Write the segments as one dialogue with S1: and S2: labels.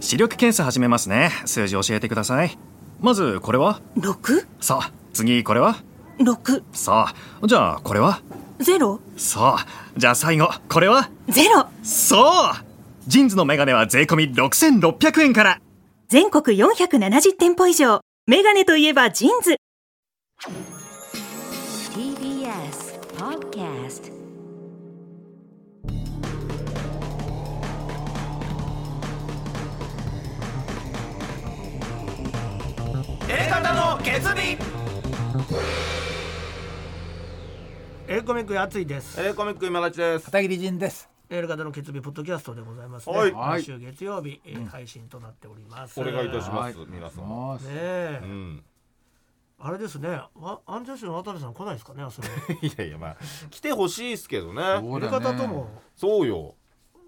S1: 視力検査始めますね数字教えてくださいまずこれは
S2: 6?
S1: さあ次これは
S2: 6
S1: さあじゃあこれは
S2: ゼロ
S1: さあじゃあ最後これは
S2: ゼロ
S1: そうジンズのメガネは税込み6600円から
S2: 全国470店舗以上メガネといえばジーンズ
S3: TBS Podcast
S4: A 型の決意
S5: A コミックやついです。
S4: A コミック今立ちです
S6: 片桐仁です。
S5: L 型の決日ポッドキャストでございますね。
S4: はい
S5: 毎週月曜日、えー配信となっております。
S4: お願いいたし
S5: ね
S4: ます皆さん
S6: あー
S5: え、
S4: うん
S5: あれですね。あアンジャッシュの渡さん来ないですかね。 それ。
S4: いやいやまあ来てほしいですけどね
S6: そう
S5: L
S6: だね
S5: 型とも
S4: そうよ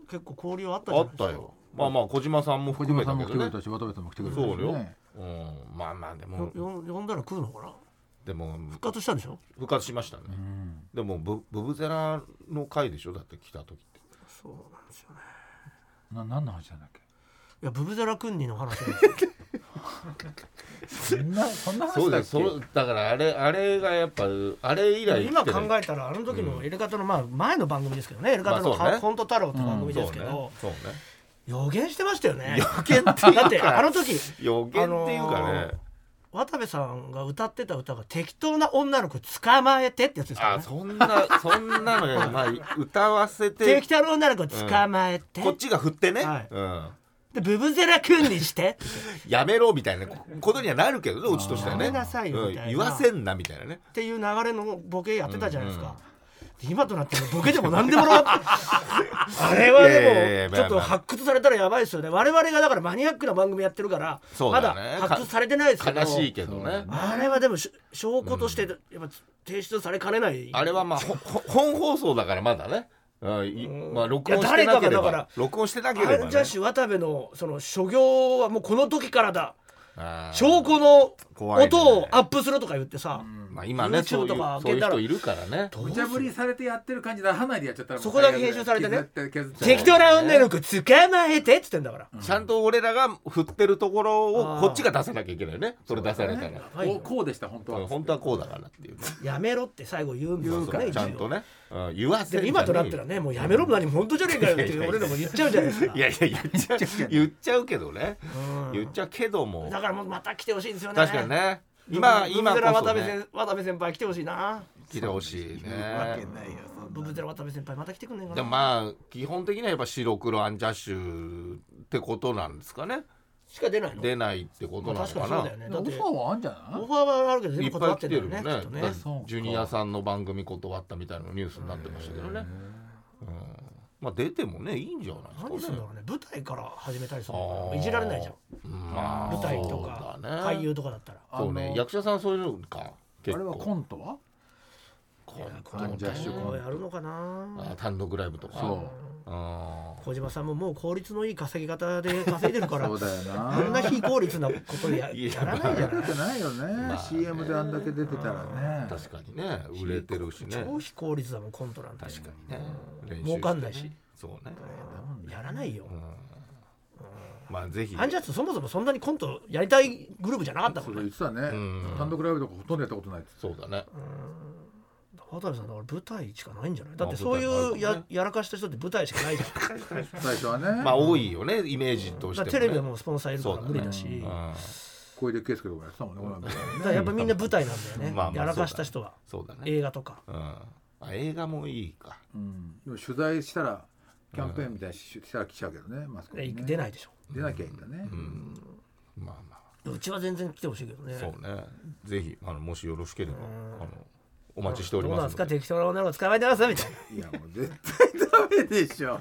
S5: 結構交流あったじ
S4: あ
S5: ゃない
S4: っ
S5: ですか。
S4: たよまあまあ小島さんも
S6: 小
S4: 含
S6: 島
S4: め
S6: さ
S4: だ
S6: んも
S4: け
S6: 来てく
S4: ど
S6: れ
S4: ね
S6: たし、渡部さんも来てくれたし、ね。
S4: そうようんまあまあでも
S5: よよん呼んだら食うのかな。
S4: でも
S5: 復活したんでしょ。
S4: 復活しましたね
S6: うん
S4: でもブブブゼラの回でしょだって来た時って
S5: そうなんですよね。
S6: な、何の話なんだっけ。
S5: いやブブゼラ君に の話。
S6: そんな、そんな
S4: そ
S6: 話
S4: う
S6: だ
S4: で
S6: っ
S4: すそ
S6: け。
S4: うだからあれあれがやっぱあれ以来
S5: 今考
S4: え
S5: えたらあの時の L 型のまあ前の番組ですけどね。L 型の
S4: まあそうね
S5: コント太郎って番組ですけど。
S4: そうね
S5: 予言してましたよね。予言ってだってあの時
S4: 予言っていうかね
S5: 渡部さんが歌ってた歌が適当な女の子捕まえてってやつですから
S4: あ
S5: ね。
S4: そんなそんなのねまあ歌わせ て
S5: 適当な女の子捕まえて、
S4: こっちが振ってね、
S5: はい
S4: うん、
S5: でブブゼラ君にして。
S4: やめろみたいなことにはなるけどねうちとしてはね
S5: やめなさいよみたいな
S4: うん言わせんなみたいなね
S5: っていう流れのボケやってたじゃないですか。で今となってもボケでも何でもなか った。あれはい
S4: やいやいや
S5: でも
S4: まあ
S5: ちょっと発掘されたらやばいですよね。我々がだからマニアックな番組やってるから、
S4: そう
S5: ま
S4: だ
S5: だ
S4: ね
S5: 発掘されてないですけど。
S4: 悲しいけどね
S5: あれはでもし証拠としてやっぱ提出されかねない。
S4: あれはまあほほ本放送だからまだね、うんいまあ、録音
S5: い
S4: し
S5: や
S4: て
S5: 誰か
S4: な
S5: が
S4: けれ
S5: だから
S4: ば録音してなければ、ね、
S5: アンジャッシュ渡部のその所業はもうこの時からだ
S4: あー
S5: 証拠の
S4: 怖いね
S5: 音をアップするとか言ってさ、
S4: まあ、今ねそうい
S5: YouTube とか
S4: うそういう
S5: 開けたら
S4: 人いるからね
S6: 無茶ぶりされてやってる感じ出さないでやっちゃったら。
S5: そこだけ編集されてね
S6: 削って削って
S5: 適当な女の子捕まえてっつってんだから、
S4: ちゃんと俺らが振ってるところ
S5: あ
S4: を
S5: ー
S4: こっちが出さなきゃいけないよねそれ出されたら、
S5: はい
S6: こうこうでした本当
S4: うん
S6: は。
S4: 本当はこうだからっていうね
S5: やめろって最後言うんですよ
S6: 言うから
S5: ね
S4: ちゃんとね、うん、言わせんじゃ
S5: でも
S4: ねえよ
S5: 今となったらねもうやめろも何も本当じゃねえかよって俺らも言っちゃうじゃないですか
S4: いやいや言っ ちゃう言っちゃうけどね、言っちゃうけども
S5: だからもうまた来てほしいんですよね
S4: 確かにね今今
S5: ブブゼラ
S4: こそ、
S5: 渡部
S4: ね、
S5: 先渡部先輩来てほしいな
S4: 来てほしい
S6: わ
S4: ね
S6: けないよ。そんな
S5: ブブゼラ渡部先輩また来てくんねえか
S4: で
S5: な
S4: もまあ基本的にはやっぱ白黒アンジャッシュってことなんですかね
S5: しか出ないの
S4: 出ないってことな
S5: ま
S4: の
S5: あ確かに
S4: か
S5: そ
S4: な
S5: うだよねだ
S6: オ
S5: っ
S6: フ
S5: て
S6: ァーはあんじゃな
S5: オ
S6: い
S5: ファーはあるけど
S4: い
S5: 全
S4: っぱ
S5: 部断
S4: い
S5: っ
S4: 来
S5: て
S4: て
S5: る
S4: る
S5: ん
S4: も
S5: だ
S4: ん
S5: よね
S4: ね
S5: きっと
S4: だ
S5: ね
S4: ってジュニアさんの番組断ったみたいなニュースになってましたけどね、うんまあ出てもねいいんじゃない
S5: 何
S4: ですす
S5: る
S4: か
S5: ん
S4: ね
S5: だろうね舞台から始めたりするの
S4: あー
S5: いじられないじゃん
S4: まあ
S5: 舞台とか
S4: そうだね
S5: 俳優とかだったら
S4: そうね
S6: あの
S4: 役者さんそういうのか
S6: あ
S4: 結
S6: れは
S4: 構
S6: コントは？
S4: コント
S6: アンジャッシュ
S5: もうやるのかな
S4: あ単独ライブとか
S6: そ
S4: あ
S5: 小島さんももう効率のいい稼ぎ方で稼いでるか
S6: う。
S5: ら
S6: そうだよ
S5: あんな
S6: な。
S5: 非効率なことや
S4: いや
S5: やらないじゃ
S6: 出
S5: ない
S6: てないよ
S4: まあ
S6: ね
S4: ね。
S6: CM であんだけ出てたらね
S4: ー。確かにね売れてるしね
S5: 超非効率だもんコントなんて
S4: 確かにね練習してね
S5: 儲かんないし
S4: そうね
S5: やらないよ
S4: まあぜひ
S5: アンジャッシュそもそもそんなにコントやりたいグループじゃなかったも
S6: そうん言
S5: ね
S6: ってたね
S4: ん。
S6: 単独ライブとかほとんどやったことないって。
S4: そうだね
S5: 渡部さんだから舞台しかないんじゃないだっ
S4: ま
S5: て
S4: あ
S5: そういう
S4: 舞台もあるから
S5: や
S4: ね
S5: やらかした人って舞台しかないじゃん
S6: 最初はね。
S4: まあ多いよねイメージとし
S5: だ
S4: てもね
S5: からテレビもスポンサーいるから
S4: そうだ
S5: 無
S4: ね
S5: 理だし
S4: う
S5: だ
S4: ん
S6: 小出圭介とかやってたもんね。この前
S5: からやっぱみんな舞台なんだよね
S4: まあまあ
S5: やらかした人は
S4: そうだね
S5: 映画とか
S4: うんあ映画もいいか
S6: うんでも取材したらキャンペーンみたいにししたら来ちゃうけどねマスコ
S5: で
S6: ミ、ね、
S5: 出ないでしょ
S6: 出なきゃいいんだね、
S4: まあま
S5: うちは全然来てほしいけどね
S4: あそうねぜひあのもしよろしければあのお待ちしており
S5: どうなん
S4: ま
S5: です
S4: の
S5: すか
S4: で
S5: 適当な女の子捕まえてますみたいな い
S6: やもう絶対ダメでしょ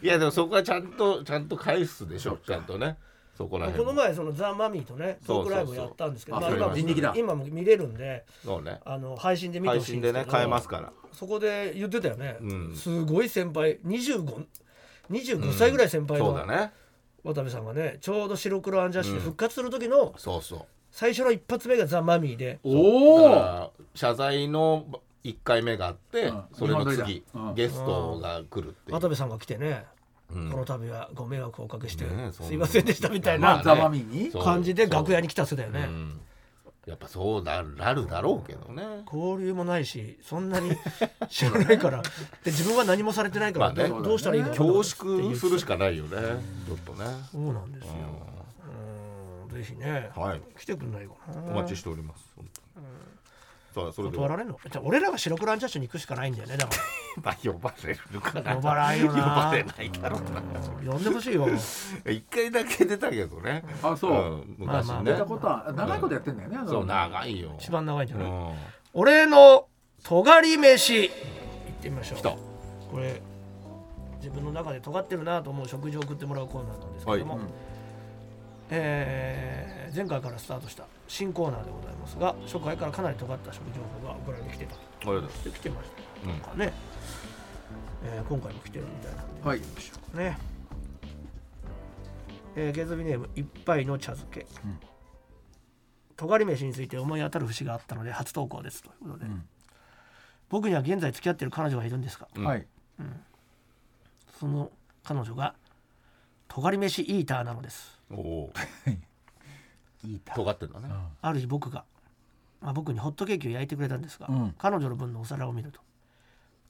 S4: いやでもそこはちゃんとちゃんと返すでしょちゃんとねそこら
S5: こ
S4: 辺
S5: の
S4: も
S5: 前そのザ・マミーとね
S4: そ
S5: ト
S4: う
S5: ー
S4: そうそう
S5: クライブやったんですけど
S6: あ
S5: まあ
S6: それ
S5: 今も
S6: 人力だ
S5: 今も見れるんで
S4: そうね
S5: あの配信で見て
S4: 配
S5: ほしいん
S4: 信
S5: で
S4: ですね
S5: けど
S4: 変えますから
S5: そこで言ってたよね
S4: うん
S5: すごい先輩25 25歳ぐらい先輩
S4: そうだ
S5: の
S4: ね
S5: 渡部さんがねちょうど白黒アンジャッシュで復活する時の
S4: そうそう
S5: 最初の一発目がザ・マミーで
S6: お
S4: だか
S6: お
S4: ら謝罪の1回目があって、
S6: うん
S4: それの次
S6: 二番乗りだうん
S4: ゲストが来るっていう、
S5: 渡部さんが来てね
S4: うん
S5: この度はご迷惑をおかけして、
S4: ねえそんな
S5: すいませんでしたみたい
S4: まあ
S5: な
S4: ね
S6: ざまみに
S4: そう
S5: 感じで楽屋に来た世だよ
S4: う
S5: ね、
S4: んやっぱそうななるだろうけどね
S5: 交流もないしそんなに知らないからで自分は何もされてないから、
S4: まあね
S5: どうどうしたらいいのかな
S4: 恐縮するしかないよねちょっとね
S5: そうなんですようんぜひね、
S4: はい
S5: 来てくんないかな
S4: お待ちしております本当にさあそれで
S5: 断られんのじゃあ俺らが白黒アンジャッシュに行くしかないんだよねだか
S4: まあ呼ばれるかな
S5: 呼ばないよな
S4: 呼ばれないだろうな
S5: ら呼んでほしいよ
S4: 一回だけ出たけどね
S6: あそうん
S4: 昔
S5: まあまあ
S4: ね
S6: やったことは長いことやってんだよねあの
S4: そう長いよ
S5: 一番長いんじゃ
S4: う
S5: ない、
S4: ん
S5: 俺の尖り飯行ってみましょう
S4: 来た
S5: これ自分の中で尖ってるなと思う食事を送ってもらうコーナーなんですけども、
S6: はいうん
S5: えー前回からスタートした新コーナーでございますが初回からかなり尖った食事情報が送られてきてたと
S4: ありがとうございます
S5: で来てました、
S4: うん
S5: なんかね、えー今回も来てるみたいなんで
S6: はい
S5: ねえー、ゲズビネーム一杯の茶漬け、尖り飯について思い当たる節があったので初投稿ですということで、僕には現在付き合ってる彼女がいるんですが
S4: うん
S6: はい
S5: その彼女が尖り飯イーターなのです
S4: おお
S6: いいた
S4: 尖ってんだね
S5: ある日僕が、まあ、僕にホットケーキを焼いてくれたんですが、
S6: うん
S5: 彼女の分のお皿を見ると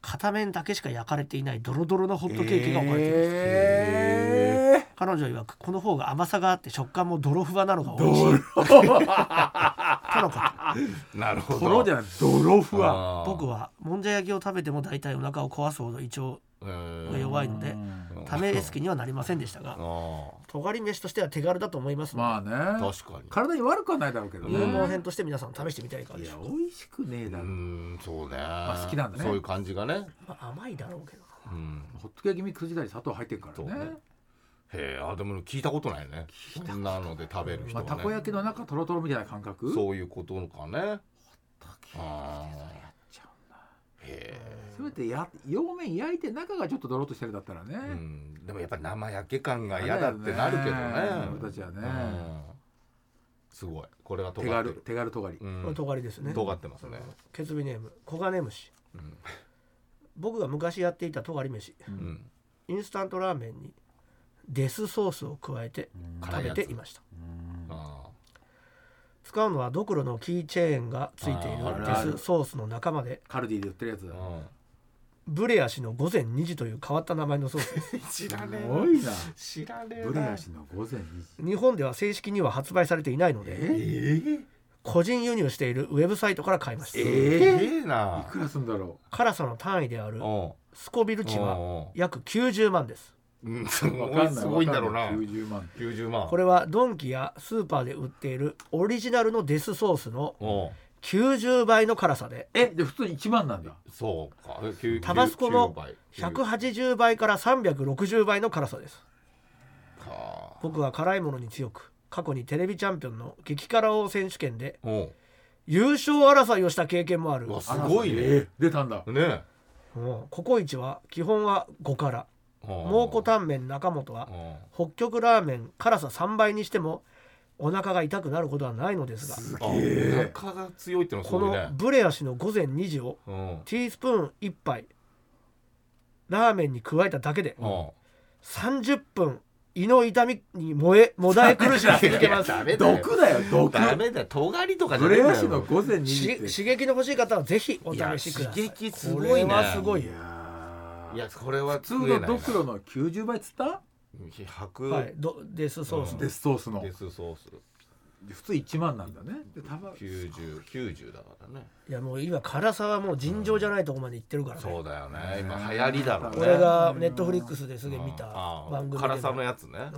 S5: 片面だけしか焼かれていないドロドロのホットケーキが置かれていました、
S6: ええ
S5: 彼女曰くこの方が甘さがあって食感もドロフワなのが美味しいとのこと
S4: なるほ
S6: とろ
S4: ど
S6: じゃないドロフ
S4: あ
S6: は
S4: ー
S5: 僕はもんじゃ焼きを食べても大体お腹を壊すほど胃腸
S4: えー
S5: が弱いので試す気にはなりませんでした
S4: あ
S5: が
S4: ー
S5: 尖り飯としては手軽だと思いますので、
S6: まあね
S4: 確かに
S6: 体に悪くはないだろうけど
S5: 入門
S6: ね
S5: 編として皆さん試してみたいか
S6: い
S5: でし
S6: や
S5: ょうか
S6: 美味しくねえだ
S4: う
S6: ろ
S4: んそうね、
S6: あ好きなんだね
S4: そういう感じがね、
S5: まあ、甘いだろうけどな
S4: うん、
S6: ホットケーキミックス時代に砂糖入ってるから
S4: そうね
S6: ね
S4: へえあでも聞いたことないねそんなので食べる人
S6: ま
S4: は
S6: あ
S4: ね、
S6: たこ焼きの中とろとろみたいな感覚う
S4: そういうことかねあ
S6: ちゃうんだ
S4: ーへえ
S6: せめてや両面焼いて中がちょっとドロッとしてるだったらね、
S4: うんでもやっぱ生焼け感が嫌だってなるけどね
S6: 俺たちはね
S4: うんすごいこれは
S6: 手
S4: 尖って
S6: 軽
S4: る
S6: 手軽とがり、
S4: う
S5: これ
S4: ん、
S5: 尖りですね
S4: 尖ってますね、
S5: ケツビネーム黄金虫、僕が昔やっていた尖り飯
S4: うん、
S5: インスタントラーメンにデスソースを加えて食べていました
S4: あー
S5: 使うのはドクロのキーチェーンがついてい
S4: あ
S6: ー
S5: るデスソースの仲間で
S6: カルディで売ってるやつだ、
S4: うん
S5: ブレア氏の午前2時という変わった名前のソースです
S4: 知らね
S6: す
S4: え
S6: ごいな
S4: 知らねえ
S6: ブレアシの午前2時
S5: 日本では正式には発売されていないので
S4: ええ
S5: 個人輸入しているウェブサイトから買いました、
S4: ええない
S6: くらすんだろ
S5: 辛さの単位である
S4: お
S5: スコビル値は約90万です
S4: うんす
S6: うわ
S4: ごいすごいんだろう
S6: わ
S4: な
S6: かんい90万
S4: 90万
S5: これはドンキやスーパーで売っているオリジナルのデスソースの
S4: お
S5: 90倍の辛さで
S6: えで普通に1万なんだ
S4: そうかえきゅう
S5: タバスコ
S4: きゅ
S5: の
S4: う倍
S5: 180倍から360倍の辛さです
S4: か
S5: 僕は辛いものに強く過去にテレビチャンピオンの激辛王選手権で
S4: おう
S5: 優勝争いをした経験もある
S4: うわすごい
S6: え
S4: ね
S6: ー出たんだ
S4: ね
S5: うんココイチは基本は5辛蒙古タンメン中本は
S4: お
S5: 北極ラーメン辛さ3倍にしてもお腹が痛くなることはないのですが
S4: あお腹が強いってのはす
S5: こ
S4: ごい
S5: の
S4: ね
S5: ブレア氏の午前2時を
S4: うん
S5: ティースプーン1杯ラーメンに加えただけで
S4: お
S5: 30分胃の痛みに燃えもだえ苦 しみ続けます
S4: ダメだよ
S6: 毒だよ毒
S4: ダメだよ尖りとかじゃ
S6: ブ
S4: ねえん
S6: レ
S4: だよ
S6: アシの午前2時
S5: し
S6: って
S5: 刺激の欲しい方はぜひお試しください
S4: いや刺激す
S5: こ
S4: ごいね
S5: れはすごい
S6: い
S5: よ
S6: や
S4: い
S6: ー
S4: やこれは
S6: 普通のドクロの90倍っつった
S4: 100、
S5: はいどデスソース
S6: デスソースの
S4: デスソース
S6: 普通1万なんだねでたま
S4: 9090だからね
S5: いやもう今辛さはもう尋常じゃないとこまで行ってるからね
S4: そうだよね今流行りだろうね
S5: 俺がネットフリックスですげえ見た
S4: あ
S5: 番組で
S4: 辛さのやつね、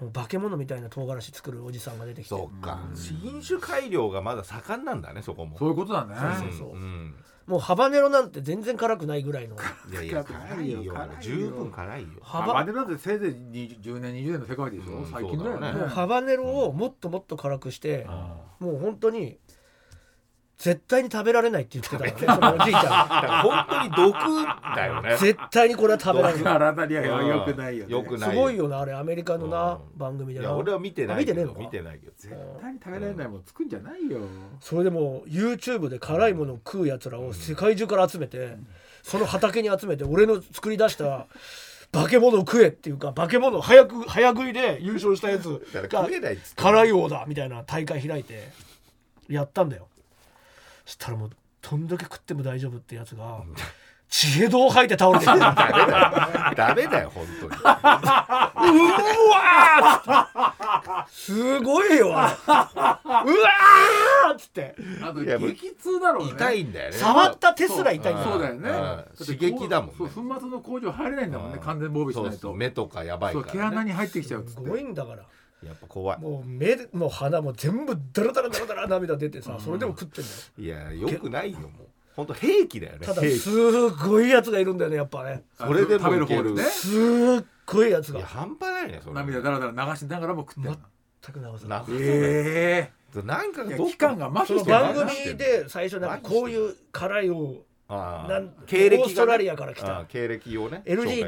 S5: もう化け物みたいな唐辛子作るおじさんが出てきて
S4: そうか品種改良がまだ盛んなんだねそこも
S6: そういうことだね
S5: そ
S4: う
S5: う
S4: ん
S5: そう
S4: うん
S5: もうハバネロなんて全然辛くないぐらいの
S4: いやいや
S6: 辛い
S4: 辛いよ
S6: よ辛いよ
S4: 十分辛いよ
S5: ハ
S6: まあ
S5: バ
S6: マデラってせいぜい20 10年20年の世界でしょ、
S4: うん
S6: 最近だよね
S4: そうだろうね
S5: ハバネロをもっともっと辛くして、もう本当に絶対に食べられないって言ってたからねそのおじいち ゃ
S4: だから本当に毒だよ ね
S5: ん絶対にこれは食べられない
S6: 体には良くないよね
S4: 良く
S5: す
S4: ない
S5: ごいよなあれアメリカのな、
S4: うん
S5: 番組
S4: い
S5: で
S4: や
S5: な
S4: 俺は見てない
S5: あ見てねえ
S4: け
S5: の
S4: ど
S5: か
S4: 見てないけど
S6: 絶対に食べられないもん作んじゃないよ、
S5: それでもう YouTube で辛いものを食うやつらを世界中から集めて、その畑に集めて俺の作り出した化け物を食えっていうか化け物を早く早食いで優勝したやつ
S4: だから
S5: が
S4: 食えないっつって
S5: 辛い王だみたいな大会開いてやったんだよしたらもうどんだけ食っても大丈夫ってやつが血へどを吐いて倒れてるうわ
S4: ダメだよ本当に
S5: ーすごいよあれうわーっつって
S6: あと
S4: いやもう
S6: 激痛だ ろうね
S4: 痛いんだよね
S5: 触った手すら痛いん
S6: そうだよね
S4: うん
S6: だって
S4: 刺激だもんね
S6: そう粉末の工場入れないんだもんね完全防備し
S4: そ
S6: な
S4: う
S6: い
S4: そう
S6: と
S4: 目とかやばい
S6: そう
S4: か
S6: 毛
S4: ら、
S6: 穴
S4: ね、
S6: に入ってきちゃうっつ
S5: す
S6: っ
S5: ごい
S6: て
S5: んだから
S4: やっぱ怖い
S5: もう目でもう鼻も全部ダラダラダラダラ涙出てさそれでも食ってんだよ
S4: いやよくないよもう本当兵器だよね
S5: ただ
S4: 兵器
S5: すごいやつがいるんだよねやっぱね
S6: あ
S4: それでも
S6: 食べる方
S4: いける
S6: でね
S5: すっごいやつ
S4: い
S5: が
S4: や半端ないねそれ
S6: 涙だらだら流しながらも食ってる
S5: 全く直さない
S4: な
S6: え
S4: なんか
S6: えいや
S4: どっ
S6: 期間が麻
S5: そ
S6: 痺
S5: の
S6: してる
S5: 番組で最初なんかこういう辛いを
S4: あー
S5: なん
S4: 経歴がね
S5: オーストラリアから来た
S4: あー経歴をね紹介して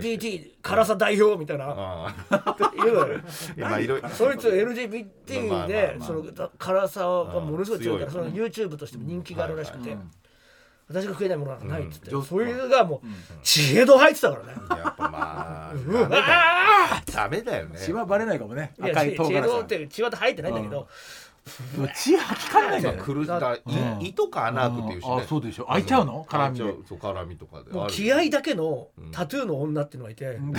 S5: LGBT 辛さ代表みたいな
S4: あー
S5: いるのよ
S4: いやまあいろいろ
S5: そいつ
S4: まあま
S5: LGBT
S4: あ
S5: で
S4: まあ
S5: その辛さがものすごい強いから
S4: うん
S5: その YouTube としても人気があるらしくて私が食えないものなんかないっつって
S6: うん
S5: それがもう血へど入ってたからね
S4: やっぱまあ
S5: うわー
S4: ダメだよね
S6: 血はバレないかもね
S5: いや
S6: 赤い
S5: 血
S6: 唐
S5: 血
S6: 辛
S5: の
S6: 子
S5: って血は入ってないんだけど、
S6: もう血吐きかれないん
S4: ま
S6: だ
S4: あ
S6: よね
S4: 苦しだから
S6: うん
S4: 胃胃とか穴開くっていうしね
S6: あそうでしょ開いちゃうの絡みで
S4: 開いちゃうそう絡みとかで
S5: も
S4: あ
S5: う
S4: る
S5: 気合だけのタトゥーの女っていうのがいて、もう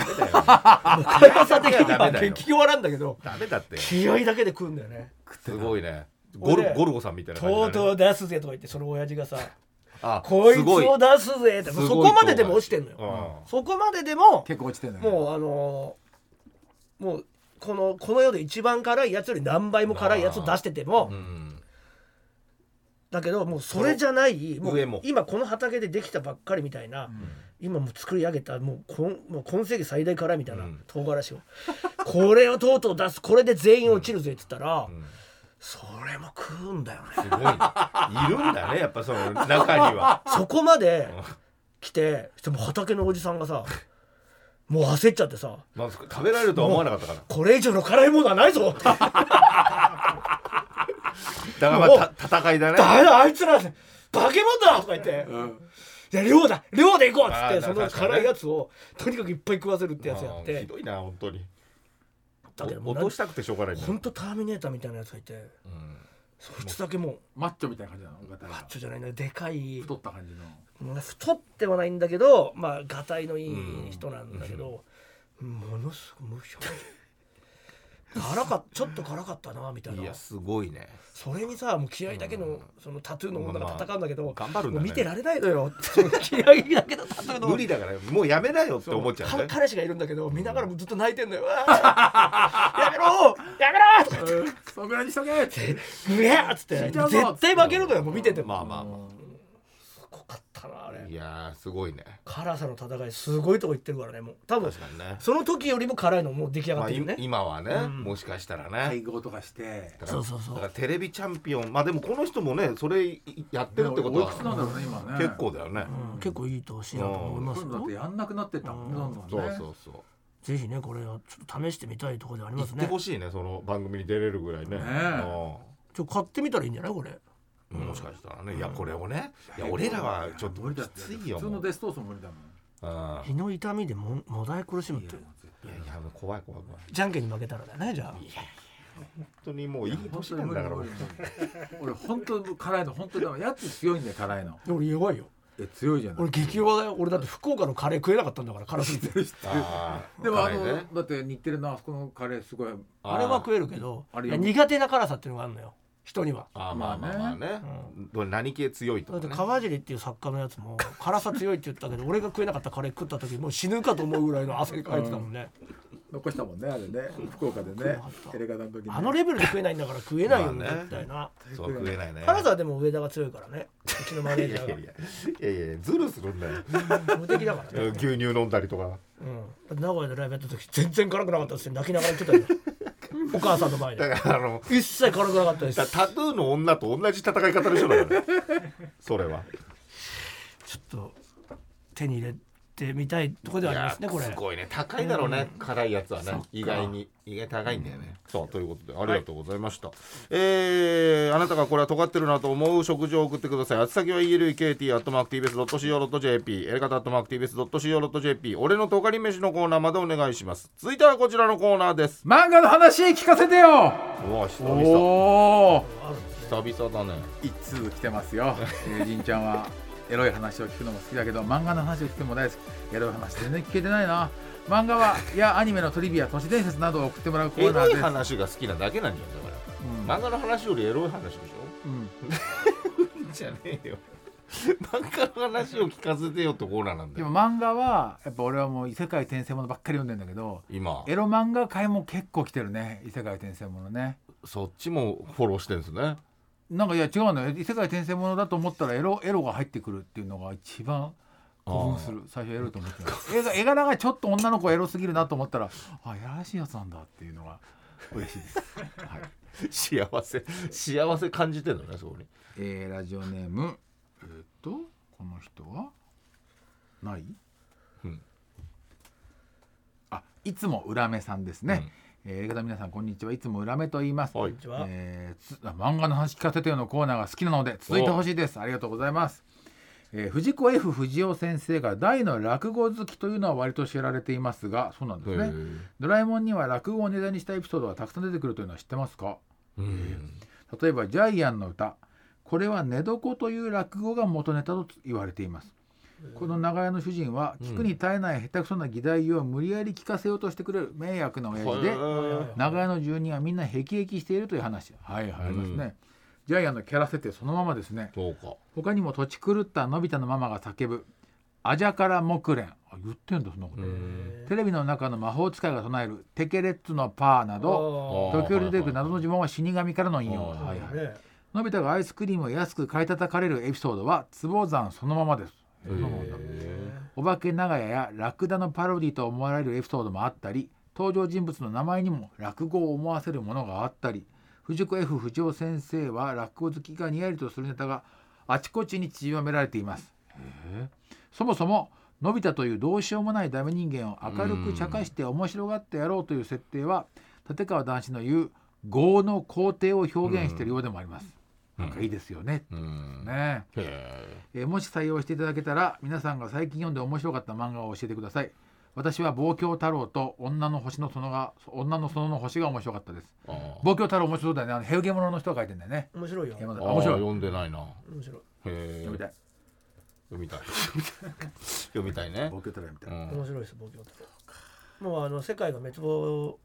S5: 辛さ的に
S4: ダメ
S5: は
S4: だよ
S5: 結局笑うんだけど
S4: ダメだって
S5: 気合だけで食うんだよね
S4: すごいねゴル
S5: 俺
S4: ゴルゴさんみたいな感じ
S5: と
S4: だ
S5: う
S4: ね
S5: とう出すぜとか言ってその親父がさ
S4: あ
S5: こいつ
S4: すご
S5: を出すぜってもうそこまででも落ちてんのよ
S4: よ
S5: そこまででも
S6: 結構落ちてんだう
S5: もうあのーもうこのこの世で一番辛いやつより何倍も辛いやつを出してても、
S4: うん
S5: だけどもうそれじゃないもう
S4: 上も
S5: 今この畑でできたばっかりみたいな、今もう作り上げたもうこんもう今世紀最大からみたいな、
S4: うん
S5: 唐辛子をこれをとうとう出すこれで全員落ちるぜって言ったら、それも食うんだよね
S4: すごいねいるんだねやっぱその中には
S5: そこまで来てでも畑のおじさんがさもう焦っちゃってさ
S4: まあ食べられるとは思わなかったから
S5: これ以上の辛いものはないぞ
S4: だからまあた戦いだね
S5: ダメだあいつら化け物だとか言って
S6: ん
S5: 「いや量だ量で行こう」っつっ
S4: あー
S5: てその
S4: 確かにね
S5: 辛いやつをとにかくいっぱい食わせるってやつやっ
S4: うん
S5: て
S4: ひどいな本当に
S5: だけども
S4: お
S5: う
S4: 落としたくてしょうがないんだよ
S5: ほんとターミネーターみたいなやつがいて
S4: うん
S5: そいつだけもう
S6: マッチョみたいな感じなのガタイ
S5: マッ
S6: が
S5: チョじゃないんだよでかい
S6: 太った感じの
S5: まあ太ってはないんだけどまあがたいのいい人なんだけど、ものすごい無 表情辛かっちょっと辛かったなみたい
S4: い
S5: な
S4: やすごいね
S5: それにさもう気合だけの,、そのタトゥーの女が戦うんだけど、
S4: まあ頑張るんだね
S5: もう見てられない のよその気合だけのタトゥーの
S4: 無理だからもうやめなよって思っちゃう
S5: か
S4: ね
S5: 彼氏がいるんだけど見ながらもずっと泣い てんのよ「うわーやめろーやめろー!」とか言って
S6: そんぐらいにしとけ って
S5: 「うえ!」っつって
S6: 死んじゃうぞ
S5: 絶対負けるのよもう見てても、
S4: まあまあま
S5: 濃かったなあ
S4: あ
S5: れ
S4: いやーすごいね
S5: 辛さの戦いすごいとこ行ってるからねもう多分
S4: 確かにね
S5: その時よりも辛いのもう出来上
S4: ま
S5: がっ
S4: あ
S5: てる
S4: い
S5: ね、
S4: 今はねもしかしたらね
S6: 配合とかして
S4: だから
S5: そうそうそう
S4: だからテレビチャンピオンまあでもこの人もねそれいやってるってこと
S6: おいくつなんだろ
S4: は
S6: うね今ね
S4: 結構だよね
S5: うん結構いい年だと思います
S6: そういうのだって
S5: よ
S6: やんなくなってったもんねどんどんね
S4: そうそうそう
S5: ぜひねこれをちょっと試してみたいところであり
S4: 行
S5: ま
S4: っ
S5: す
S4: て
S5: ね
S4: ほしいねその番組に出れるぐらいね
S6: ね
S5: ちょ買ってみたらいいんじゃないこれ
S4: うんもしかしたらねいやこれをねいや俺らはちょっと
S6: 無理だ
S4: き
S6: って
S4: ついよ
S6: 普通
S4: も
S6: の
S4: う
S6: デストースも無理だもん
S4: あ
S5: 胃の痛みでももだえ苦しむっ
S6: い
S5: て
S6: や
S4: いやいやもう怖い怖い怖い
S5: じゃんけんに負けたらだねじゃあ
S4: 本当にもういい
S6: 本
S4: 年
S6: 当
S4: な
S6: に
S4: ん
S6: 無
S4: だ
S6: 理
S4: から
S6: 無理俺本当に辛いの本当にダメやつ強いんだよ辛いの
S5: 俺弱いよ
S6: え強いじゃない
S5: 俺激弱だよ俺だって福岡のカレー食えなかったんだから辛すぎて
S4: あー
S6: でもあ
S4: 辛い
S6: の
S4: ね
S6: だって日テレのあそこのカレーすごい
S4: あー
S5: あれは食えるけど
S6: あれ
S5: い
S6: よ
S5: や苦手な辛さっていうのがあるのよ人には
S4: あーまあまあまあねどれ何系強いと
S5: だっ
S4: か
S5: て
S4: ね
S5: 川尻っていう作家のやつ も辛さ強いって言ったけど俺が食えなかったカレー食った時もう死ぬかと思うぐらいの汗かいてたもんね、
S6: 残したもんねあれね福岡でねテレカの時に
S5: あのレベルで食えないんだから食えない
S4: ま
S5: よ、
S4: あね
S5: 絶対な
S4: そう食えないね
S5: 金沢でも上田が強いからねうちのマネー
S4: い
S5: ジ
S4: や
S5: ャ
S4: いやい
S5: ー
S4: やいやいやズルするんだよ
S5: が無敵だからね、
S4: 牛乳飲んだりとか
S5: うん、だって名古屋でライブやった時全然辛くなかったですよ泣きながら言ってたよお母さんの前で
S4: だからあの
S5: 一切辛くなかったです
S4: だタトゥーの女と同じ戦い方でしょだからそれは
S5: ちょっと手に入れってみたいところではありますねこれ
S4: すごいね高いだろうね、辛いやつは
S5: そっ
S4: ね
S5: か
S4: 意外に意外に高いんだよね、さあということでありがとうございました、えーあなたがこれは尖ってるなと思う食事を送ってください宛先は elkt.tbs.co.jp エレカタ .tbs.co.jp 俺の尖り飯のコーナーまでお願いします続いてはこちらのコーナーです
S6: 漫画の話聞かせてよ
S4: うわ久々
S6: おお
S4: 久々だね
S6: 一通来てます よ、えー、じんちゃんはエロい話を聞くのも好きだけど漫画の話を聞くのも大好きエロい話全然聞けてないな漫画はやアニメのトリビア都市伝説などを送ってもらうコ
S4: エ
S6: ーナー
S4: ロ
S6: で
S4: い
S6: す
S4: 話が好きなだけなんじゃんだから、漫画の話よりエロい話でし
S6: うん
S4: ょ じゃねえよ漫画の話を聞かせてよってコーナーなんだ
S6: で
S4: よ
S6: も漫画はやっぱ俺はもう異世界転生ものばっかり読んでんだけど
S4: 今
S6: エロ漫画界も結構来てるね異世界転生ものね
S4: そっちもフォローしてるんです ね
S6: なんかいや違うのよ異世界転生ものだと思ったらエロエロが入ってくるっていうのが一番興奮する最初エロいと思ってない絵が絵柄がちょっと女の子エロすぎるなと思ったらあやらしいやつなんだっていうのが嬉しいです、はい
S4: 幸せ幸せ感じてるのねそこに
S6: えーラジオネームえーっとこの人はない、
S4: うん
S6: あいつも裏目さんですね、えー、映画の皆さんこんにちはいつも裏目と言います、
S4: はい
S5: ちは
S6: えーつあ漫画の話聞かせてよのコーナーが好きなので続いてほしいですありがとうございます、えー藤子 F 不二雄先生が大の落語好きというのは割と知られていますがそうなんです
S4: へ
S6: ね
S4: ー
S6: ドラえもんには落語をネタにしたエピソードがたくさん出てくるというのは知ってますか
S4: うん
S6: 例えば「ジャイアンの歌」これは「寝床」という落語が元ネタと言われています。この長屋の主人は聞くに耐えない下手くそな議題を無理やり聞かせようとしてくれる迷惑な親父で
S4: は
S6: 長屋の住人はみんなへきへきしているという話はいはいありますね、ジャイアンのキャラ設定そのままですね
S4: そうか
S6: 他にも土地狂ったのび太のママが叫ぶ「あじゃから木蓮」あ言ってんだそんなこと、
S4: うん
S6: テレビの中の魔法使いが唱える「テケレッツのパー」など
S5: あ
S6: 時折出てくる謎の呪文は死神からの引用
S4: あー
S6: はいはい
S5: ーね
S6: のび太がアイスクリームを安く買い叩かれるエピソードは壺山そのままです
S4: へー
S6: お化け長屋やラクダのパロディと思われるエピソードもあったり登場人物の名前にも落語を思わせるものがあったり藤子 F 不二雄先生は落語好きがにやりとするネタがあちこちに散りばめられていますそもそものび太というどうしようもないダメ人間を明るく茶化して面白がってやろうという設定は立川談志の言う「業の皇帝」を表現しているようでもあります。なんかいいですよね。
S4: うん
S6: ね
S4: へえ
S6: えーもし採用していただけたら皆さんが最近読んで面白かった漫画を教えてください私は「望郷太郎」と女の星の園が「女の園の星」が面白かったです
S4: あー
S6: 望郷太郎面白そうだよねあのヘウゲモノの人が書いてんだよね
S5: 面白いよ
S6: 山田
S4: あー
S6: 面白い
S4: 読んでないな
S5: 面白い
S4: へえ
S6: 読みたい
S4: 読みたい 読みたいね
S6: 望郷太郎み
S4: う
S6: たい
S4: ん
S5: 面白いです望郷太郎もうあの世界が滅亡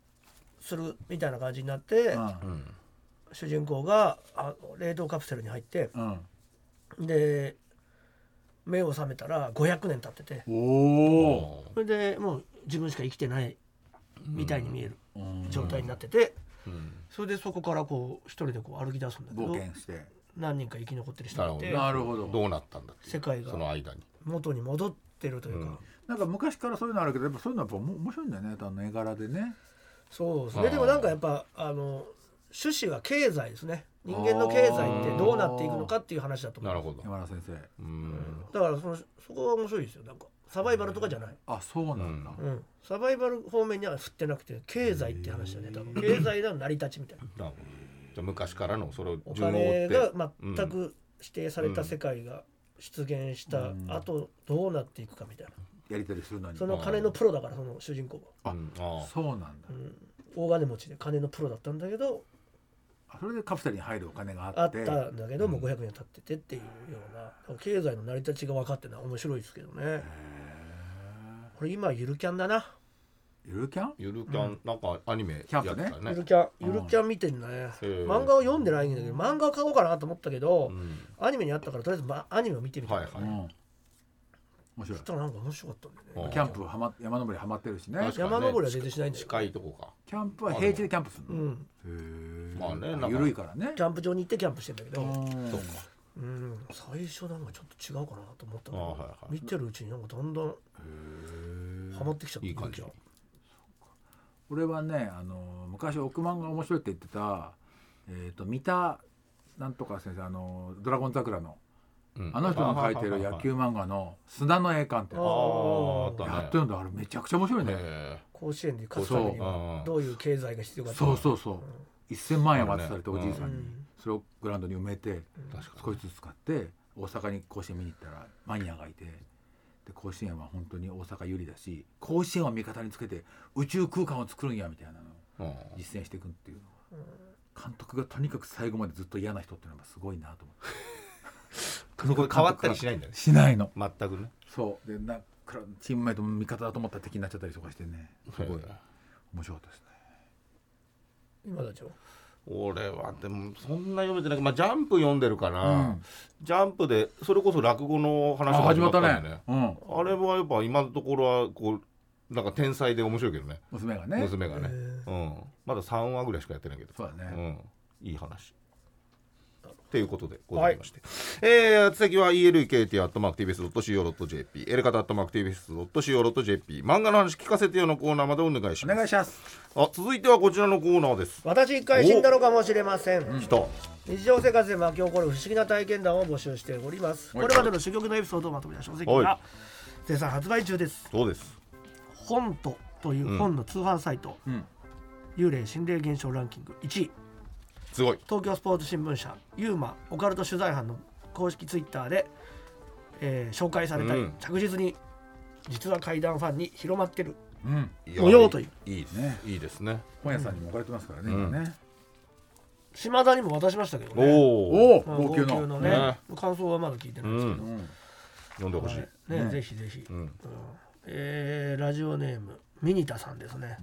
S5: するみたいな感じになって
S6: な
S4: うん
S5: 主人公があの冷凍カプセルに入って
S6: うん、うん
S5: で目を覚めたら500年経ってて
S6: おお
S4: あ
S5: それでもう自分しか生きてないみたいに見える状態になってて
S4: ーうん
S5: それでそこからこう一人でこう歩き出すんだけ
S6: 冒
S5: ど
S6: 険して
S5: 何人か生き残ってる人がいて
S4: なるほ
S6: なるほど
S4: どうなったんだっていう
S5: 世界が
S4: その間に
S5: 元に戻ってるというか、
S4: うん
S6: なんか昔からそういうのあるけどやっぱそういうのはやっぱも面白いんだよねあの絵柄でね
S5: そうです
S4: あー
S5: ねでもなんかやっぱあの趣旨は経済ですね人間の経済ってどうなっていくのかっていう話だと思
S4: な
S5: う
S4: るほど
S6: 山田先生
S4: うん
S5: だからそのそこは面白いですよなんかサバイバルとかじゃない、
S6: あそうなんだ、
S4: う
S5: うん、サバイバル方面には振ってなくて経済って話だね多分経済の成り立ちみたい な
S4: なるほどじゃあ昔からのそれを
S5: お
S4: 順を追
S5: 金
S4: って
S5: が全く指定された世界が出現した後どうなっていくかみたいな
S6: やり取りするのに
S5: その金のプロだからその主人公は
S4: うんあー
S6: そうなんだ、
S5: 大金持ちで金のプロだったんだけど
S6: あそれでカプセルに入るお金があ
S5: あっ
S6: ったて
S5: んだけどもう500年経っててっていうような経済の成り立ちが分かってるのは面白いですけどねこれ今ゆるキャンだな
S6: ゆるキャン
S4: ゆるキャン、なんかアニメやって
S6: キャ
S4: た
S6: ンプね
S5: ゆる
S4: ね。
S5: キャンゆるキャン見てるね
S4: ー
S5: 漫画を読んでないんだけど漫画を買おうかなと思ったけど
S4: うん
S5: アニメにあったからとりあえずまアニメを見てみた
S4: はい
S5: そ
S4: い
S5: し
S6: うん
S4: は
S6: 面白い
S5: たらなんか面白かったんだよね
S4: い。
S6: キャンプはま山登りはまってるしね
S4: 確かに
S5: 山登りは全然しないんだよ
S4: 近いとこか。
S6: キャンプは平地でキャンプする
S5: う
S6: の、
S5: ん、
S6: へえ
S4: まあねなんか
S6: 緩いからね
S5: キャンプ場に行ってキャンプしてんだけ
S6: う
S5: ど、
S6: ん
S5: うん、最初なんかちょっと違うかなと思ったんだけど
S4: あはいはい
S5: 見てるうちになんかだんだんハマってきちゃった
S4: いい感じ
S5: ゆる
S6: 俺はねあの昔億万が面白いって言ってたえっ、と三田なんとか先生あのドラゴン桜の
S4: うん
S6: あの人の書いてる野球漫画の「砂の栄冠」って
S5: あ
S6: やっ
S5: ー
S4: あ
S6: と
S4: ったね
S6: 読んだあれめちゃくちゃ面白いね、
S4: え
S5: 甲子園で勝つためには
S4: そ
S5: どういう経済が必要か
S6: そうそううそう、1,000万円渡されて
S4: あ
S6: お
S4: るね
S6: じいさんに、
S5: うん
S6: それをグラウンドに埋めて
S4: ー確か
S6: 少しずつ使って大阪に甲子園見に行ったらマニアがいてで甲子園は本当に大阪有利だし甲子園を味方につけて宇宙空間を作るんやみたいなのを
S4: にうん
S6: 実践していくっていうのが監督がとにかく最後までずっと嫌な人っていうのがすごいな と思って
S4: そこで変わったりしないんだね
S6: しないの
S4: 全くね
S6: そうでなクラチームメイトも味方だと思ったら敵になっちゃったりとかしてねすごい面白かったですね
S5: 今だちょ
S4: 俺はでもそんな読めてないまあジャンプ読んでるから、
S6: うん
S4: ジャンプでそれこそ落語の話が
S6: あ
S4: 始
S6: 始ま
S4: ま
S6: っ
S4: ったた
S6: ね
S4: んだよね
S6: うん、
S4: あれはやっぱ今のところはこうなんか天才で面白いけどね
S6: 娘がね
S4: 娘がね
S5: へ、
S4: うん、まだ3話ぐらいしかやってないけど
S6: そうだね、
S4: うん、いい話ということでございまして、えー、宛先は elkt.tvs.co.jp エレカタ .tvs.co.jp 漫画の話聞かせてよのコーナーまでお願いし
S6: お
S4: ます
S6: 願いします
S4: あ続いてはこちらのコーナーです
S5: 私一回死んだのかもしれません、
S4: 来た
S5: 日常生活で巻き起こる不思議な体験談を募集しております
S4: は
S5: こ
S4: い
S5: れまでの珠玉のエピソードをまとめた書籍
S4: は
S5: が
S4: い
S5: 絶賛発売中です
S4: そうです
S5: 本とという本の通販サイト、
S6: うん
S5: 幽霊心霊現象ランキング1位
S4: すごい
S5: 東京スポーツ新聞社ユーマオカルト取材班の公式ツイッターで、えー紹介されたり、
S4: うん
S5: 着実に実は怪談ファンに広まってる
S6: うん
S4: や
S5: 模様という
S4: いいですね
S6: ね
S4: いいですね
S6: 本屋さんにも置かれてますからね、
S4: うん
S6: 今ね
S5: 島田にも渡しましたけど
S4: お
S5: ね
S4: お
S6: おお
S5: まあ
S6: 号泣の
S5: ね
S4: ね
S5: 感想はまだ聞いてな
S4: う
S5: いですけど、
S4: ん
S6: うん
S4: 読んでほしい、
S5: はいね
S6: ね
S5: ぜひぜひ、
S4: うん
S5: えーラジオネームミニタさんですね、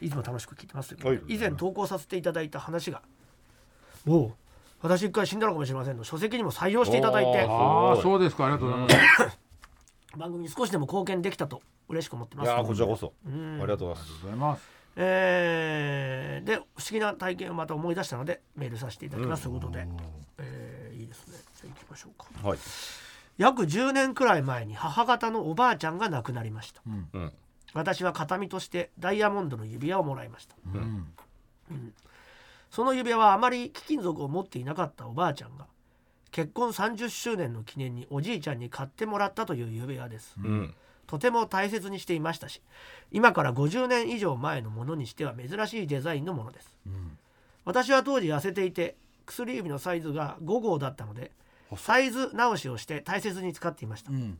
S5: いつも楽しく聞いてますよ、
S4: はい
S5: 以前投稿させていただいた話がおお私一回死んだのかもしれませんの書籍にも採用していただいて
S4: お
S6: ああ
S4: すごい
S6: そうですかありがとうございます、
S5: 番組に少しでも貢献できたと嬉しく思ってま
S4: い
S5: す
S4: やーこちらこそ、
S5: ん
S4: ありがとうござい
S6: ありがとうございます
S5: えーで不思議な体験をまた思い出したのでメールさせていただきますということで、えーいいですねじゃあ行きましょうか
S4: ます
S5: 約10年くらい前に母方のおばあちゃんが亡くなりました
S4: はい、うん、
S5: 私は形見としてダイヤモンドの指輪をもらいました、
S6: ん
S5: うんその指輪はあまり貴金属を持っていなかったおばあちゃんが結婚30周年の記念におじいちゃんに買ってもらったという指輪です、
S4: うん、
S5: とても大切にしていましたし今から50年以上前のものにしては珍しいデザインのものです、私は当時痩せていて薬指のサイズが5号だったのでサイズ直しをして大切に使っていました、
S6: ん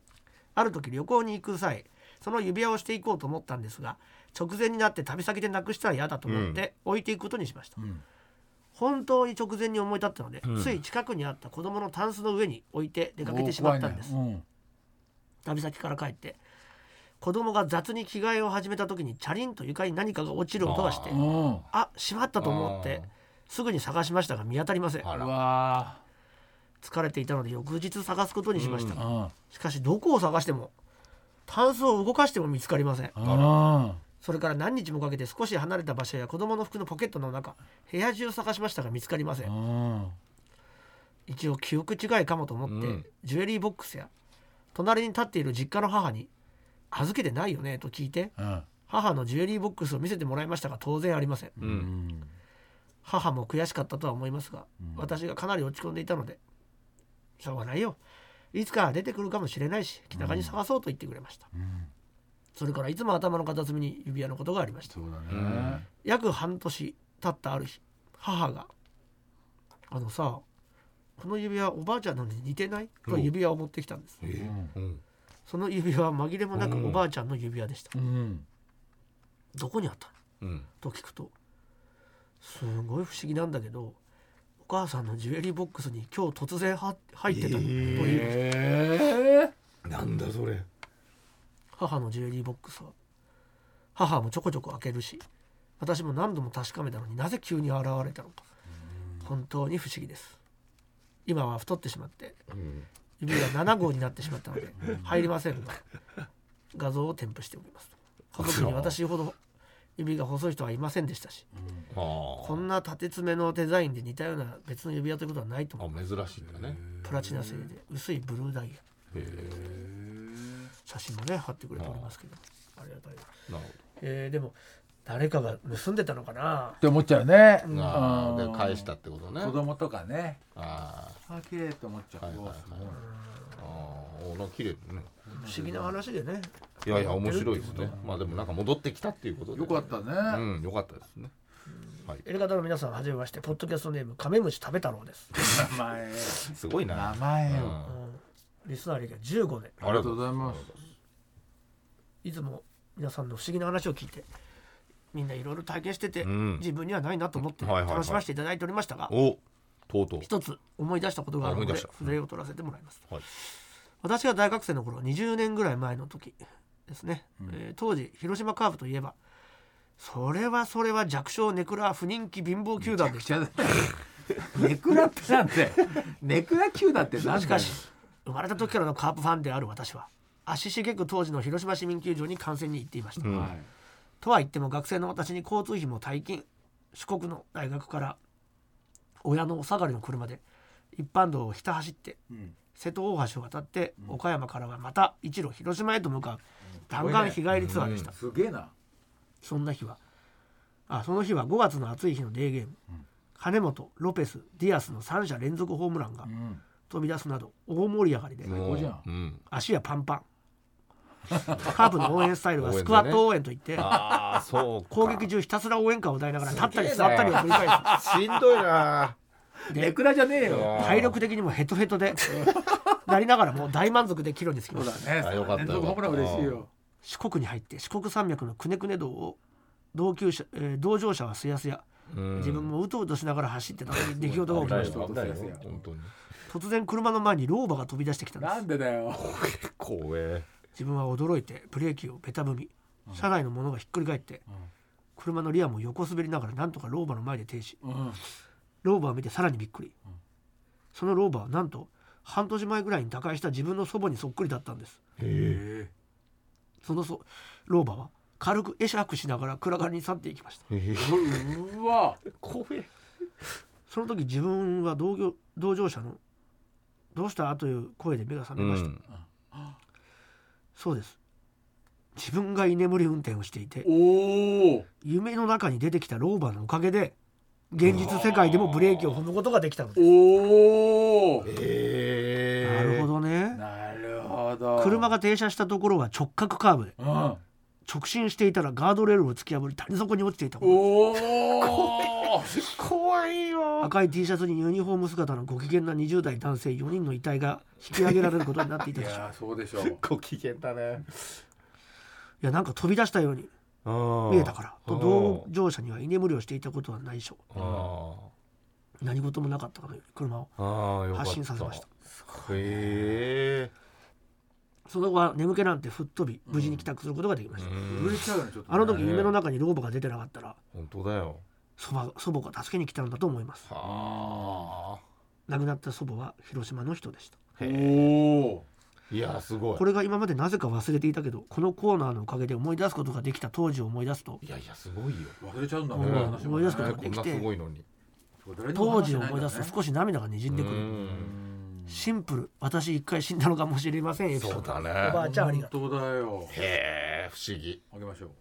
S5: ある時旅行に行く際その指輪をしていこうと思ったんですが直前になって旅先でなくしたら嫌だと思って置いていくことにしました、
S6: ん
S5: 本当に直前に思い立ったので、つい近くにあった子供のタンスの上に置いて出かけてしまったんです、
S6: おー怖いね
S5: 旅先から帰って子供が雑に着替えを始めた時にチャリンと床に何かが落ちる音がして
S6: うんうん
S5: あしまったと思っ
S4: あー
S5: てすぐに探しましたが見当たりません
S4: あ
S6: う
S4: ら
S6: わ
S5: 疲れていたので翌日探すことにしました、
S6: ーうん
S5: しかしどこを探してもタンスを動かしても見つかりません
S6: うん
S5: それから何日もかけて少し離れた場所や子供の服のポケットの中部屋中探しましたが見つかりません
S6: うん
S5: 一応記憶違いかもと思って、
S4: うん
S5: ジュエリーボックスや隣に立っている実家の母に「預けてないよね」と聞いて
S6: うん
S5: 母のジュエリーボックスを見せてもらいましたが当然ありません、
S6: うん
S5: 母も悔しかったとは思いますが、私がかなり落ち込んでいたのでしょうがないよいつか出てくるかもしれないし気長に探そうと言ってくれました、それからいつも頭の片隅に指輪のことがありました
S6: そうだね
S5: 約半年経ったある日母が「あのさこの指輪おばあちゃんのに似てない?」と指輪を持ってきたんです、
S4: うん
S5: その指輪は紛れもなく
S4: うん
S5: おばあちゃんの指輪でした、
S6: うん
S5: どこにあったの
S4: うん
S5: と聞くとすごい不思議なんだけどお母さんのジュエリーボックスに今日突然は入ってたのという
S6: え
S4: なんだそれ
S5: 母のジュエリーボックスは母もちょこちょこ開けるし私も何度も確かめたのになぜ急に現れたのか本当に不思議です今は太ってしまって指が7号になってしまったので入りませんが画像を添付しております家族に私ほど指が細い人はいませんでしたし
S4: あ
S5: こんな縦爪のデザインで似たような別の指輪ということはないと
S4: ー
S5: 思う
S4: あ珍しいんだね
S5: プラチナ製で薄いブルーダイヤ
S4: へえ
S5: 写真もね貼ってくれておりますけどありがたい、
S4: なる
S5: えーでも誰かが盗んでたのかな
S6: て思っちゃうね、うん
S4: あーで返したってことね
S6: 子供とかね
S4: あ
S6: あ綺麗と思っちゃう、
S4: はいはいはい
S6: すごい
S4: ーあーおなんか綺麗だね
S5: 不思議な話でね
S4: いやいや面白いですねまあでもなんか戻ってきたっていうことで
S6: よかった
S4: う
S6: ね、
S4: んよかったですねはい
S5: エレガタの皆さんはじめましてポッドキャストネームカメムシ食べ太郎です、
S6: 名前
S4: すごいな
S6: 名前を、
S4: うん
S5: う
S4: あ
S5: んリスナー歴が15年
S6: ありがとうございます
S5: いつも皆さんの不思議な話を聞いてみんないろいろ体験してて、
S4: うん
S5: 自分にはないなと思って
S4: はいはいはい
S5: 楽しませていただいておりましたが、
S4: おとうとう
S5: 一つ思い出したことがあるの
S4: あ思
S5: で
S4: い出した
S5: それを取らせてもらいます
S4: はい
S5: 私が大学生の頃20年ぐらい前の時ですね、えー当時広島カープといえばそれはそれは弱小ネクラ不人気貧乏球団で
S6: く
S5: し
S6: ちゃだネクラってなんてネクラ級だってなんだ
S5: た
S6: よ
S5: しかし生まれた時からのカープファンである私は足しげく当時の広島市民球場に観戦に行っていました、
S4: うん
S6: はい
S5: とは言っても学生の私に交通費も大金四国の大学から親のお下がりの車で一般道をひた走って
S6: うん
S5: 瀬戸大橋を渡って岡山からはまた一路広島へと向かう弾丸日帰りツアーでした、
S6: すげえな
S5: そんな日はあその日は5月の暑い日のデーゲーム、金本ロペスディアスの3者連続ホームランが
S6: うん
S5: 飛び出すなど大盛り上がりで
S4: もう
S6: じゃん
S4: うん
S5: 足はパンパンカープの応援スタイルはスクワット応援といって、
S4: ああそうか
S5: 攻撃中ひたすら応援歌を歌いながら立ったり座ったりを繰り返す
S4: しんどいな
S6: ネクラじゃねえよ
S5: 体力的にもヘトヘトでなりながらもう大満足で帰路に着き
S6: そ
S5: ま
S6: う
S5: した
S6: だね
S4: あよかった
S6: 連続ホームラン嬉しいよ
S5: 四国に入って四国山脈のくねくね道を同級者、えー同乗者はすやすや
S4: うん
S5: 自分もうとうとしながら走ってたのに出来事が起き
S4: 危な
S5: ま
S4: い
S5: した
S4: よ危ないよ本当に
S5: 突然車の前に老婆が飛び出してきたんで
S6: な
S5: す
S6: んでだよ
S4: 光栄
S5: 自分は驚いてブレーキをベタ踏み車内のものがひっくり返って車のリアも横滑りながらなんとか老婆の前で停止
S6: うん
S5: 老婆を見てさらにびっくりその老婆はなんと半年前ぐらいに他界した自分の祖母にそっくりだったんです
S6: へ
S5: そのそ老婆は軽く会釈しながら暗がりに去っていきました
S6: え うわ
S4: 光栄
S5: その時自分は同業同乗者の「どうした?」という声で目が覚
S4: う
S5: めました、
S4: ん
S5: そうです自分が居眠り運転をしていて
S6: おお
S5: 夢の中に出てきた老婆のおかげで現実世界でもブレーキを踏むことができたのです
S6: おお
S5: なるほどね
S6: なるほど
S5: 車が停車したところは直角カーブで
S6: うんお
S5: 直進していたらガードレールを突き破り谷底に落ちていたこと
S6: お
S4: 怖いよ
S5: 赤い T シャツにユニフォーム姿のご機嫌な20代男性4人の遺体が引き上げられることになってい
S6: い
S5: たでしょう
S6: やーそうでしょう
S4: ご機嫌だね
S5: いやなんか飛び出したように見
S4: 見
S5: えたからと同乗者には居眠りをしていたことは内緒
S4: あ
S5: 何事もなかったかのように車を
S4: ーあーよかった
S5: 発信させました
S4: へえ
S5: その後は眠気なんて吹っ飛び無事に帰宅することができました、
S6: 売れちゃうよねちょっとね
S5: あの時夢の中に老婆が出てなかったら
S4: 本当だよ
S5: 祖母祖母が助けに来たんだと思います
S4: はあ
S5: 亡くなった祖母は広島の人でした
S6: おお
S4: いやすごい
S5: これが今までなぜか忘れていたけどこのコーナーのおかげで思い出すことができた当時を思い出すと
S4: いやいやすごいよ
S6: 忘れちゃうんだ
S5: う
S6: ね
S5: ん
S6: 話も
S5: 思い出すこと
S4: ね
S5: が
S4: こ
S5: で
S4: ん
S5: き
S4: な
S5: て
S4: すごいのに
S5: 当時を思い出すと少し涙が滲んでく
S4: う
S5: る
S4: ん
S5: シンプル私一回死んだのかもしれませんエピソー
S4: そ
S5: ド
S4: うだ
S5: おばあ
S4: ね
S5: ちゃんありがと
S6: 本当だよ
S4: へえ不思議
S6: あげましょ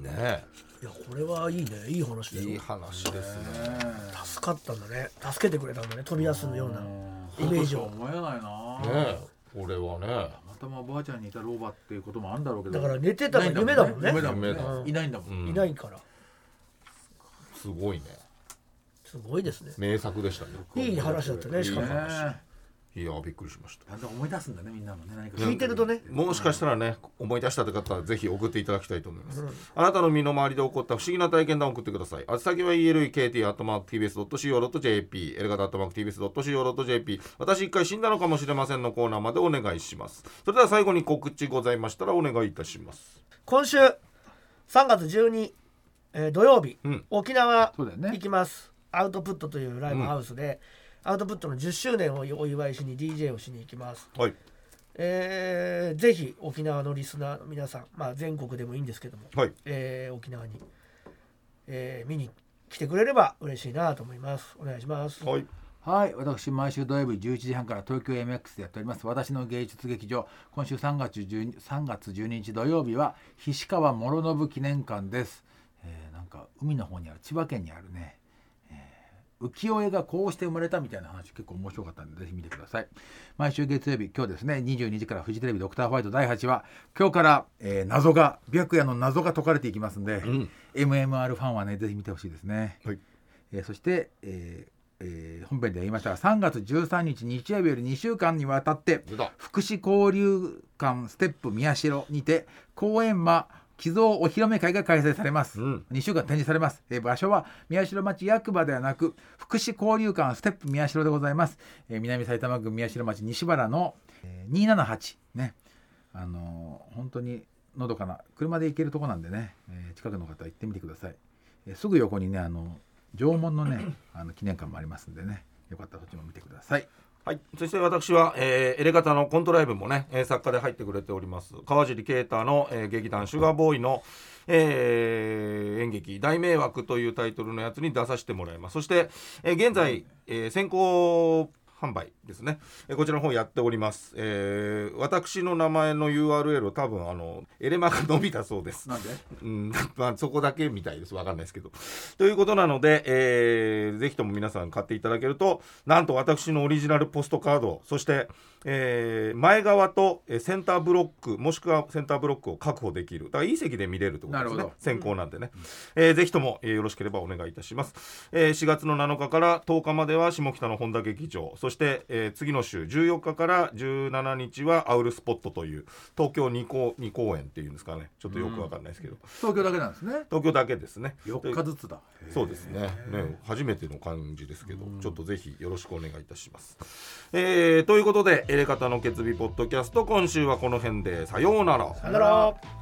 S6: う
S4: ね
S5: ういやこれはいいねいい話
S4: えいい話ですね
S5: 助かったんだね助けてくれたんだね飛び出すようなイメージを
S6: 思えないな
S4: ねえ俺はね
S6: たまたまおばあちゃんにいた老婆っていうこともあるんだろうけど
S5: だから寝てたら夢だもんね
S6: いない
S4: 夢だ
S6: いないんだもん
S4: うん
S5: いないから
S4: すごいね
S5: すごいですね
S4: 名作でしたね
S5: いい話だったねしかも
S6: ねえ
S4: いやびっくりしました
S6: だんだん思い出すんだねみんなもね何か
S5: 聞いてるとね
S4: もしかしたらね思い出したって方はぜひ送っていただきたいと思います、あなたの身の回りで起こった不思議な体験談を送ってください宛先は elekt.tbs.co.jp エレガタ .tbs.co.jp 私一回死んだのかもしれませんのコーナーまでお願いしますそれでは最後に告知ございましたらお願いいたします
S5: 今週3月12、えー土曜日、
S4: うん
S5: 沖縄
S6: そうだよね
S5: 行きます、アウトプットというライブハウスで、アウトプットの10周年をお祝いしに DJ をしに行きます、
S4: はい
S5: えーぜひ沖縄のリスナーの皆さん、まあ、全国でもいいんですけども、
S4: はい
S5: えー沖縄に、えー見に来てくれれば嬉しいなと思いますお願いします、
S4: はい
S6: はい私毎週土曜日11時半から東京 MX でやっております私の芸術劇場今週3月 ,12 3月12日土曜日は菱川諸信記念館です、えか海の方にある千葉県にあるね、えー浮世絵がこうして生まれたみたいな話結構面白かったんでぜひ見てください毎週月曜日今日ですね22時からフジテレビドクターファイト第8話今日から、えー謎が白夜の謎が解かれていきますんで、MMR ファンはねぜひ見てほしいですね、
S4: はい
S6: えーそして、えーえー本編で言いましたが3月13日日曜日より2週間にわたって
S4: 出た
S6: 福祉交流館ステップ宮代にて公園間寄贈お披露目会が開催されます、
S4: うん
S6: 2週間展示されます、えー場所は宮代町役場ではなく福祉交流館ステップ宮代でございます、えー南埼玉郡宮代町西原の、えー278ねあのー本当にのどかな車で行けるとこなんでね、えー近くの方行ってみてください、えーすぐ横にねあの縄文のね あの記念館もありますんでねよかったらそっちも見てください
S4: はい、そして私は、えーエレガタのコントライブもね、えー作家で入ってくれております川尻啓太の、えー劇団「シュガーボーイの」えー演劇「大迷惑」というタイトルのやつに出させてもらいますそして、えー現在、えー先行販売ですね、えーこちらの方やっております、えー私の名前の URL を多分あのエレマが伸びたそうです
S6: なんで
S4: うん、 まあそこだけみたいです。わかんないですけど。ということなので、えーぜひとも皆さん買っていただけると、なんと私のオリジナルポストカード、そして、えー前側とえーセンターブロック、もしくはセンターブロックを確保できる。だからいい席で見れるってことです
S6: なるほ
S4: ね
S6: ど。
S4: 先行なんでね。えーぜひとも、えーよろしければお願いいたします。えー4月の7日から10日までは下北の本田劇場、そして、えー次の週14日から17日はアウルスポットという、東京2公二公演っていうんですかね。ちょっとよくわかんないですけど。
S6: 東京だけなんですね
S4: 東京だけですね。
S6: 4日ずつだ
S4: そうですねね初めての感じですけど、ちょっとぜひよろしくお願いいたします。えーということで「エレカタの決日ポッドキャスト」今週はこの辺でさようなら。
S6: さよなら